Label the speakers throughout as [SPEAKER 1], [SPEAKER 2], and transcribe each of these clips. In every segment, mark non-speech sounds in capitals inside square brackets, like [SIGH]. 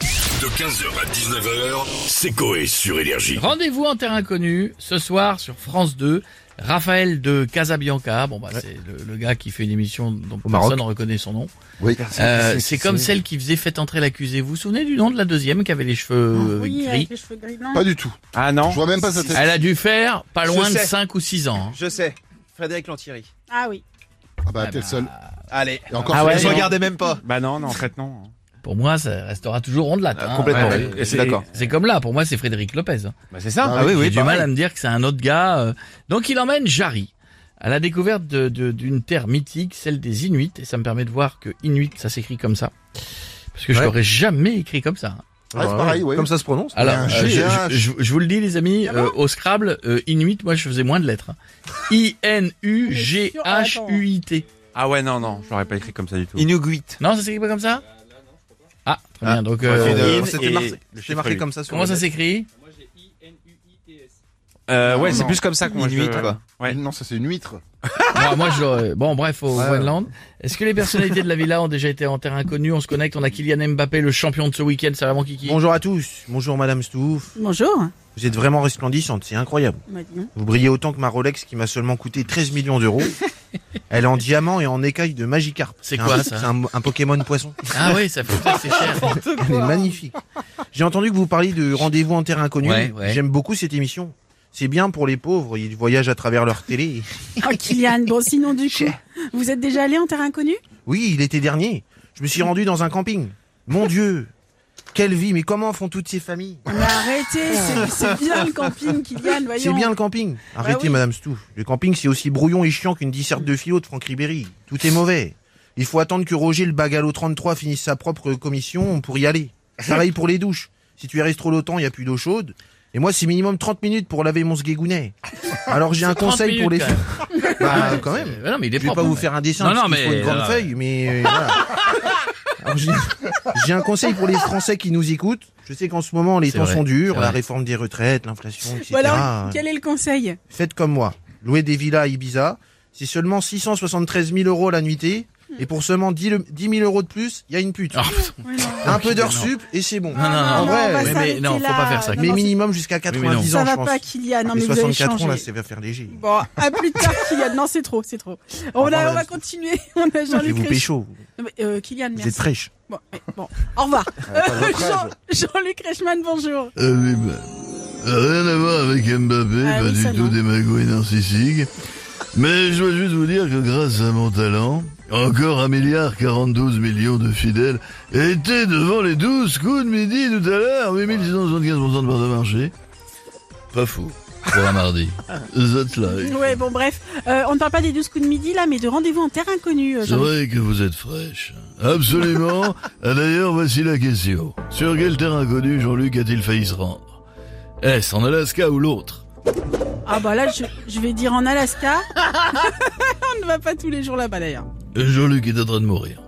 [SPEAKER 1] De 15h à 19h, c'est Coé sur
[SPEAKER 2] [LAUGHS]
[SPEAKER 1] Énergie.
[SPEAKER 2] Rendez-vous en terrain inconnu ce soir sur France 2. Raphaël de Casabianca, bon bah c'est le, le gars qui fait une émission dont
[SPEAKER 3] Maroc.
[SPEAKER 2] personne ne reconnaît son nom.
[SPEAKER 3] Oui.
[SPEAKER 2] Euh, c'est comme celle qui faisait Faites entrer l'accusé. Vous vous souvenez du nom de la deuxième qui avait les cheveux euh,
[SPEAKER 4] Ah Oui,
[SPEAKER 2] gris
[SPEAKER 4] avec les cheveux gris blancs.
[SPEAKER 3] Pas du tout.
[SPEAKER 5] Ah non
[SPEAKER 3] Je vois même pas sa tête.
[SPEAKER 2] Elle a dû faire pas
[SPEAKER 6] Je
[SPEAKER 2] loin de
[SPEAKER 6] sais.
[SPEAKER 2] 5 ou 6 ans. hein.
[SPEAKER 6] Je sais. Frédéric Lantieri.
[SPEAKER 4] Ah oui.
[SPEAKER 3] Ah bah, t'es le seul.
[SPEAKER 6] Allez.
[SPEAKER 3] Et encore
[SPEAKER 2] Ah
[SPEAKER 3] faut
[SPEAKER 2] ouais,
[SPEAKER 3] les
[SPEAKER 6] je
[SPEAKER 2] non.
[SPEAKER 3] gens.
[SPEAKER 6] regardais même pas.
[SPEAKER 5] Bah non, non, en fait non.
[SPEAKER 2] Pour moi, ça restera toujours rondelate.
[SPEAKER 3] Ah,
[SPEAKER 2] hein.
[SPEAKER 5] complètement, oui. Et c'est
[SPEAKER 2] c'est Ah,
[SPEAKER 5] d'accord.
[SPEAKER 2] C'est comme là, pour moi c'est Frédéric Lopez. hein.
[SPEAKER 5] Bah c'est ça.
[SPEAKER 3] Ah oui,
[SPEAKER 2] J'ai du mal à me dire que c'est un autre gars. euh. Donc il emmène Jarry à la découverte de- de- d'une terre mythique, celle des Inuits. Et ça me permet de voir que Inuit, ça s'écrit comme ça. Parce que je
[SPEAKER 3] Ouais.
[SPEAKER 2] l'aurais jamais écrit comme ça. hein.
[SPEAKER 3] Ouais, c'est pareil, ouais.
[SPEAKER 7] Comme ça se prononce
[SPEAKER 2] Alors,
[SPEAKER 3] un
[SPEAKER 2] euh,
[SPEAKER 3] G,
[SPEAKER 2] je,
[SPEAKER 3] un
[SPEAKER 2] je- je- je vous le dis, les amis,
[SPEAKER 4] Ah
[SPEAKER 2] euh, au Scrabble, euh, Inuit, moi, je faisais moins de
[SPEAKER 3] [LAUGHS]
[SPEAKER 2] lettres. hein. I-N-U-G-H-U-I-T.
[SPEAKER 5] Ah ouais, non, non, je l'aurais pas écrit comme ça du tout.
[SPEAKER 7] Inuguit.
[SPEAKER 2] Non, ça s'écrit pas comme ça Ah, très bien. Donc, euh,
[SPEAKER 5] Ok, de-
[SPEAKER 7] Euh,
[SPEAKER 5] In
[SPEAKER 7] C'était
[SPEAKER 5] et
[SPEAKER 7] marqué,
[SPEAKER 5] le
[SPEAKER 7] c'était
[SPEAKER 5] chiffre
[SPEAKER 7] marqué
[SPEAKER 5] huit.
[SPEAKER 7] comme ça sur
[SPEAKER 2] comment
[SPEAKER 7] le
[SPEAKER 2] ça
[SPEAKER 7] net.
[SPEAKER 2] s'écrit
[SPEAKER 5] Euh, ouais,
[SPEAKER 3] Non,
[SPEAKER 5] c'est
[SPEAKER 3] non.
[SPEAKER 5] plus comme ça qu'on
[SPEAKER 7] Inuit, quoi.
[SPEAKER 5] Ouais.
[SPEAKER 3] Non, ça c'est une huître.
[SPEAKER 2] Ah, Moi, moi, je l'aurais. Bon, bref, au
[SPEAKER 7] Ouais.
[SPEAKER 2] Groenland. Est-ce que les personnalités de la villa ont déjà été en terrain inconnu On se connecte, on a Kylian Mbappé, le champion de ce week-end. Ça va, mon kiki
[SPEAKER 7] Bonjour à tous, bonjour Madame Stouff.
[SPEAKER 4] Bonjour.
[SPEAKER 7] Vous êtes vraiment resplendissante, c'est incroyable.
[SPEAKER 4] Bah,
[SPEAKER 7] Vous brillez autant que ma Rolex qui m'a seulement coûté 13
[SPEAKER 2] [LAUGHS]
[SPEAKER 7] millions d'euros. Elle est en diamant et en écaille de Magikarp.
[SPEAKER 2] C'est
[SPEAKER 7] un-
[SPEAKER 2] quoi, ça
[SPEAKER 7] C'est un, un Pokémon
[SPEAKER 2] [LAUGHS]
[SPEAKER 7] poisson.
[SPEAKER 2] Ah oui, ça fait ça, c'est cher.
[SPEAKER 7] Elle est magnifique. J'ai entendu que vous parliez de rendez-vous en terrain inconnu.
[SPEAKER 2] Ouais, ouais.
[SPEAKER 7] J'aime beaucoup cette émission. C'est bien pour les pauvres, ils voyagent à travers leur télé.
[SPEAKER 4] Oh, Kylian, bon, sinon, du coup, vous êtes déjà allé en terrain inconnu
[SPEAKER 7] Oui, l'été dernier, je me suis rendu dans un camping. Mon Dieu, quelle vie, mais comment font toutes ces familles
[SPEAKER 4] Ah, Mais arrêtez, c'est- c'est bien le camping, Kylian, voyons.
[SPEAKER 7] C'est bien le camping. Arrêtez,
[SPEAKER 4] oui.
[SPEAKER 7] Madame Stouff. Le camping, c'est aussi brouillon et chiant qu'une disserte de philo de Franck Ribéry. Tout est mauvais. Il faut attendre que Roger le Bagalo 33 finisse sa propre commission pour y aller. Pareil pour les douches. Si tu y restes trop longtemps, il n'y a plus d'eau chaude. Et moi, c'est minimum 30 minutes pour laver mon sgégounet. Alors j'ai un
[SPEAKER 2] 30
[SPEAKER 7] conseil pour les...
[SPEAKER 2] minutes,
[SPEAKER 7] Bah, quand même.
[SPEAKER 2] Euh, non, mais il est
[SPEAKER 7] Je vais
[SPEAKER 2] propre,
[SPEAKER 7] pas vous
[SPEAKER 2] hein.
[SPEAKER 7] faire un dessin
[SPEAKER 2] Non,
[SPEAKER 7] parce
[SPEAKER 2] non,
[SPEAKER 7] qu'il
[SPEAKER 2] mais
[SPEAKER 7] faut une grande
[SPEAKER 2] là-
[SPEAKER 7] feuille, mais euh, voilà.
[SPEAKER 2] [LAUGHS]
[SPEAKER 7] Alors, j'ai- J'ai un conseil pour les Français qui nous écoutent. Je sais qu'en ce moment les
[SPEAKER 2] C'est
[SPEAKER 7] temps
[SPEAKER 2] vrai,
[SPEAKER 7] sont durs,
[SPEAKER 2] c'est
[SPEAKER 7] la
[SPEAKER 2] vrai.
[SPEAKER 7] réforme des retraites, l'inflation, etc.
[SPEAKER 4] Voilà, quel est le conseil
[SPEAKER 7] Faites comme moi, louez des villas à Ibiza. C'est seulement 673 000 euros la nuitée,
[SPEAKER 4] Hmm.
[SPEAKER 7] et pour seulement 10 le- 10 000 euros de plus, il y a une pute.
[SPEAKER 2] Ah,
[SPEAKER 4] Ouais, non. Ah,
[SPEAKER 7] un peu d'heures
[SPEAKER 2] non.
[SPEAKER 7] sup et c'est bon.
[SPEAKER 2] Non, non, non.
[SPEAKER 7] En
[SPEAKER 4] on va
[SPEAKER 7] vrai,
[SPEAKER 2] mais-
[SPEAKER 4] s'arrêter
[SPEAKER 2] non, faut pas
[SPEAKER 4] là.
[SPEAKER 2] faire ça,
[SPEAKER 4] Non,
[SPEAKER 7] mais
[SPEAKER 4] non,
[SPEAKER 7] minimum jusqu'à 90
[SPEAKER 4] Ça
[SPEAKER 7] ans, je
[SPEAKER 4] va
[SPEAKER 7] pense.
[SPEAKER 4] pas, Kylian. Non,
[SPEAKER 7] Les
[SPEAKER 4] mais vous avez
[SPEAKER 7] 64 ans là,
[SPEAKER 4] changé.
[SPEAKER 7] ça va faire léger.
[SPEAKER 4] Bon, à plus tard, Kylian. Non, c'est trop, c'est trop. On,
[SPEAKER 7] revoir,
[SPEAKER 4] a- on va
[SPEAKER 7] madame.
[SPEAKER 4] continuer. [LAUGHS] On a
[SPEAKER 7] Je vais
[SPEAKER 4] Jean-Luc
[SPEAKER 7] vous
[SPEAKER 4] Reichmann.
[SPEAKER 7] pécho.
[SPEAKER 4] Non, mais, euh, Kylian,
[SPEAKER 7] Vous êtes
[SPEAKER 4] merci.
[SPEAKER 7] fraîche.
[SPEAKER 4] Bon, ouais, bon, au revoir. [LAUGHS] Jean- Jean-Luc Reichmann, bonjour.
[SPEAKER 8] Euh, oui, bah, rien à voir avec Mbappé,
[SPEAKER 4] Ah
[SPEAKER 8] pas
[SPEAKER 4] oui,
[SPEAKER 8] du
[SPEAKER 4] ça,
[SPEAKER 8] tout
[SPEAKER 4] non.
[SPEAKER 8] démago et narcissique. Mais je dois juste vous dire que grâce à mon talent, encore un milliard 42 millions de fidèles étaient devant les 12 coups de midi tout à l'heure, 8675% de part de marché. Pas fou pour un [LAUGHS] mardi. That's life.
[SPEAKER 4] Ouais, bon, bref. Euh, on ne parle pas des 12 coups de midi là, mais de rendez-vous en terre inconnue. euh,
[SPEAKER 8] C'est
[SPEAKER 4] Jean-Luc.
[SPEAKER 8] vrai que vous êtes fraîche. Absolument. Ah, D'ailleurs, voici la question. Sur quel terrain inconnu Jean-Luc a-t-il failli se rendre Est-ce en Alaska ou l'autre
[SPEAKER 4] Ah bah là, je, je vais dire en Alaska.
[SPEAKER 2] [LAUGHS]
[SPEAKER 4] on ne va pas tous les jours là-bas d'ailleurs.
[SPEAKER 2] Ah,
[SPEAKER 8] Jean-Luc est en train de mourir.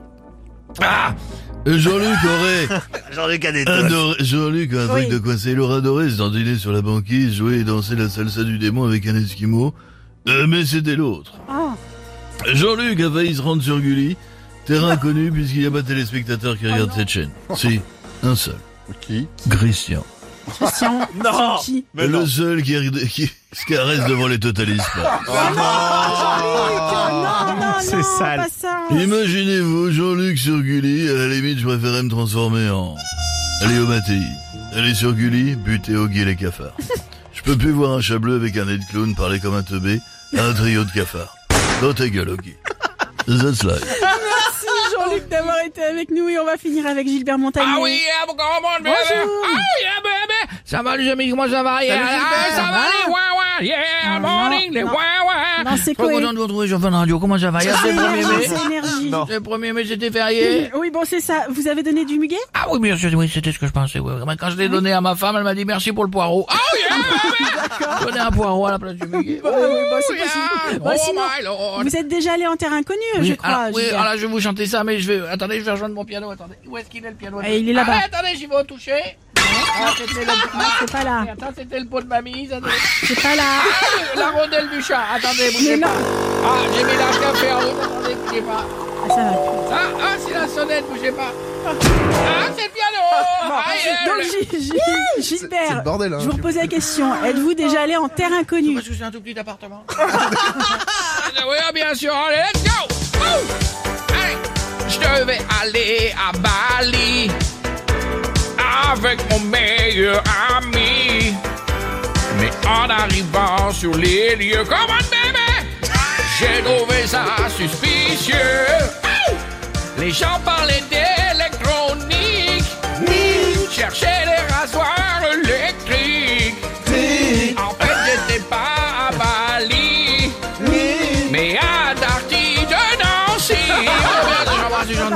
[SPEAKER 8] Ah Jean-Luc aurait
[SPEAKER 7] Jean-Luc
[SPEAKER 8] adoré, Jean-Luc a un truc
[SPEAKER 4] Oui.
[SPEAKER 8] de coincé, il aurait adoré se dandiner sur la banquise, jouer et danser la salsa du démon avec un esquimau, Euh, mais c'était l'autre.
[SPEAKER 4] Ah,
[SPEAKER 8] Jean-Luc a failli se rendre sur Gulli, terrain
[SPEAKER 4] [LAUGHS]
[SPEAKER 8] inconnu puisqu'il n'y a pas de téléspectateurs qui regardent
[SPEAKER 4] Ah non.
[SPEAKER 8] cette chaîne. Si, un seul,
[SPEAKER 3] Qui
[SPEAKER 8] Christian.
[SPEAKER 4] Christian.
[SPEAKER 5] Non
[SPEAKER 4] c'est qui
[SPEAKER 5] Mais
[SPEAKER 8] le
[SPEAKER 5] non.
[SPEAKER 8] seul qui, reg- qui se caresse devant les totalistes.
[SPEAKER 2] Ah,
[SPEAKER 4] Ah, Non, non,
[SPEAKER 5] C'est
[SPEAKER 4] non,
[SPEAKER 5] sale.
[SPEAKER 4] pas ça.
[SPEAKER 8] Imaginez-vous Jean-Luc sur Gulli, à la limite je préférais me transformer en... Allez au Matéi, allez sur Gulli, buter au guet les cafards. Je peux plus voir un chat bleu avec un nez de clown parler comme un teubé à un trio de cafards. Dans ta gueule, Oggy. That's life.
[SPEAKER 4] Merci Jean-Luc d'avoir été avec nous et on va finir avec Gilbert Montagnier.
[SPEAKER 2] Ah oui, ah, bon, comment, bébé
[SPEAKER 4] Bonjour.
[SPEAKER 2] Ah oui, ah, bébé Ça va les amis, comment ça va Yeah, ah, Ça va les ouin, ouin, yeah,
[SPEAKER 4] Ah,
[SPEAKER 2] morning,
[SPEAKER 4] non,
[SPEAKER 2] les
[SPEAKER 4] non.
[SPEAKER 2] ouin, ouin
[SPEAKER 4] Non, c'est
[SPEAKER 2] Trop
[SPEAKER 4] quoi
[SPEAKER 2] content de vous retrouver sur Fun Radio, comment ça va Hier,
[SPEAKER 4] C'est
[SPEAKER 2] c'est le 1er
[SPEAKER 4] énergie,
[SPEAKER 2] mai
[SPEAKER 4] c'est énergie.
[SPEAKER 5] Non.
[SPEAKER 2] Le 1er mai, c'était férié
[SPEAKER 4] [CLEARS THROAT] Oui, bon, c'est ça. Vous avez donné du muguet
[SPEAKER 2] Ah oui, bien sûr, oui, c'était ce que je pensais. Oui. vraiment. Quand je l'ai donné à ma femme, elle m'a dit merci pour le poireau. Ah oui, ah, bébé Donnez un poireau à la place du muguet.
[SPEAKER 4] Bah, oui, bah, c'est
[SPEAKER 2] Oh,
[SPEAKER 4] possible.
[SPEAKER 2] yeah.
[SPEAKER 4] Bah,
[SPEAKER 2] oh
[SPEAKER 4] sinon,
[SPEAKER 2] my lord
[SPEAKER 4] Vous êtes déjà allé en terre inconnue, je crois.
[SPEAKER 2] alors, oui,
[SPEAKER 4] Gilbert.
[SPEAKER 2] alors je vais vous chanter ça, mais je vais... Attendez, je vais rejoindre mon piano, attendez. Où est-ce qu'il est le piano
[SPEAKER 4] Ah, il est là-bas.
[SPEAKER 2] Ah, attendez, j'y vais au toucher. Ah, c'était le-
[SPEAKER 4] Non, c'est pas là.
[SPEAKER 2] Attends, c'était le pot de mamie, ça,
[SPEAKER 4] [LAUGHS]
[SPEAKER 2] c'est-
[SPEAKER 4] C'est pas là.
[SPEAKER 2] la rondelle du chat. Attendez,
[SPEAKER 4] Mais
[SPEAKER 2] bougez
[SPEAKER 4] non.
[SPEAKER 2] pas. Ah, j'ai mis la café en route, attendez, bougez pas.
[SPEAKER 4] Ah, ça va.
[SPEAKER 1] Ah, ah, c'est la sonnette, bougez pas. Ah, c'est le piano.
[SPEAKER 4] Donc, Gi- Gi-
[SPEAKER 3] C'est le
[SPEAKER 4] Gilbert,
[SPEAKER 3] bordel, hein.
[SPEAKER 4] je vous pose la question. Êtes-vous déjà allé en terre inconnue
[SPEAKER 1] Parce que c'est un tout petit appartement. oui, oh, bien sûr. Allez, let's go. Ouh. Allez, je devais aller à Bali avec mon meilleur ami. Mais en arrivant sur les lieux, comme un bébé, j'ai trouvé ça suspicieux. Ouh. Les gens parlaient d'électronique, cherchaient les rasoirs électriques. En fait, j'étais pas à Bali, mais à Darty de Nancy. J'embrasse les gens de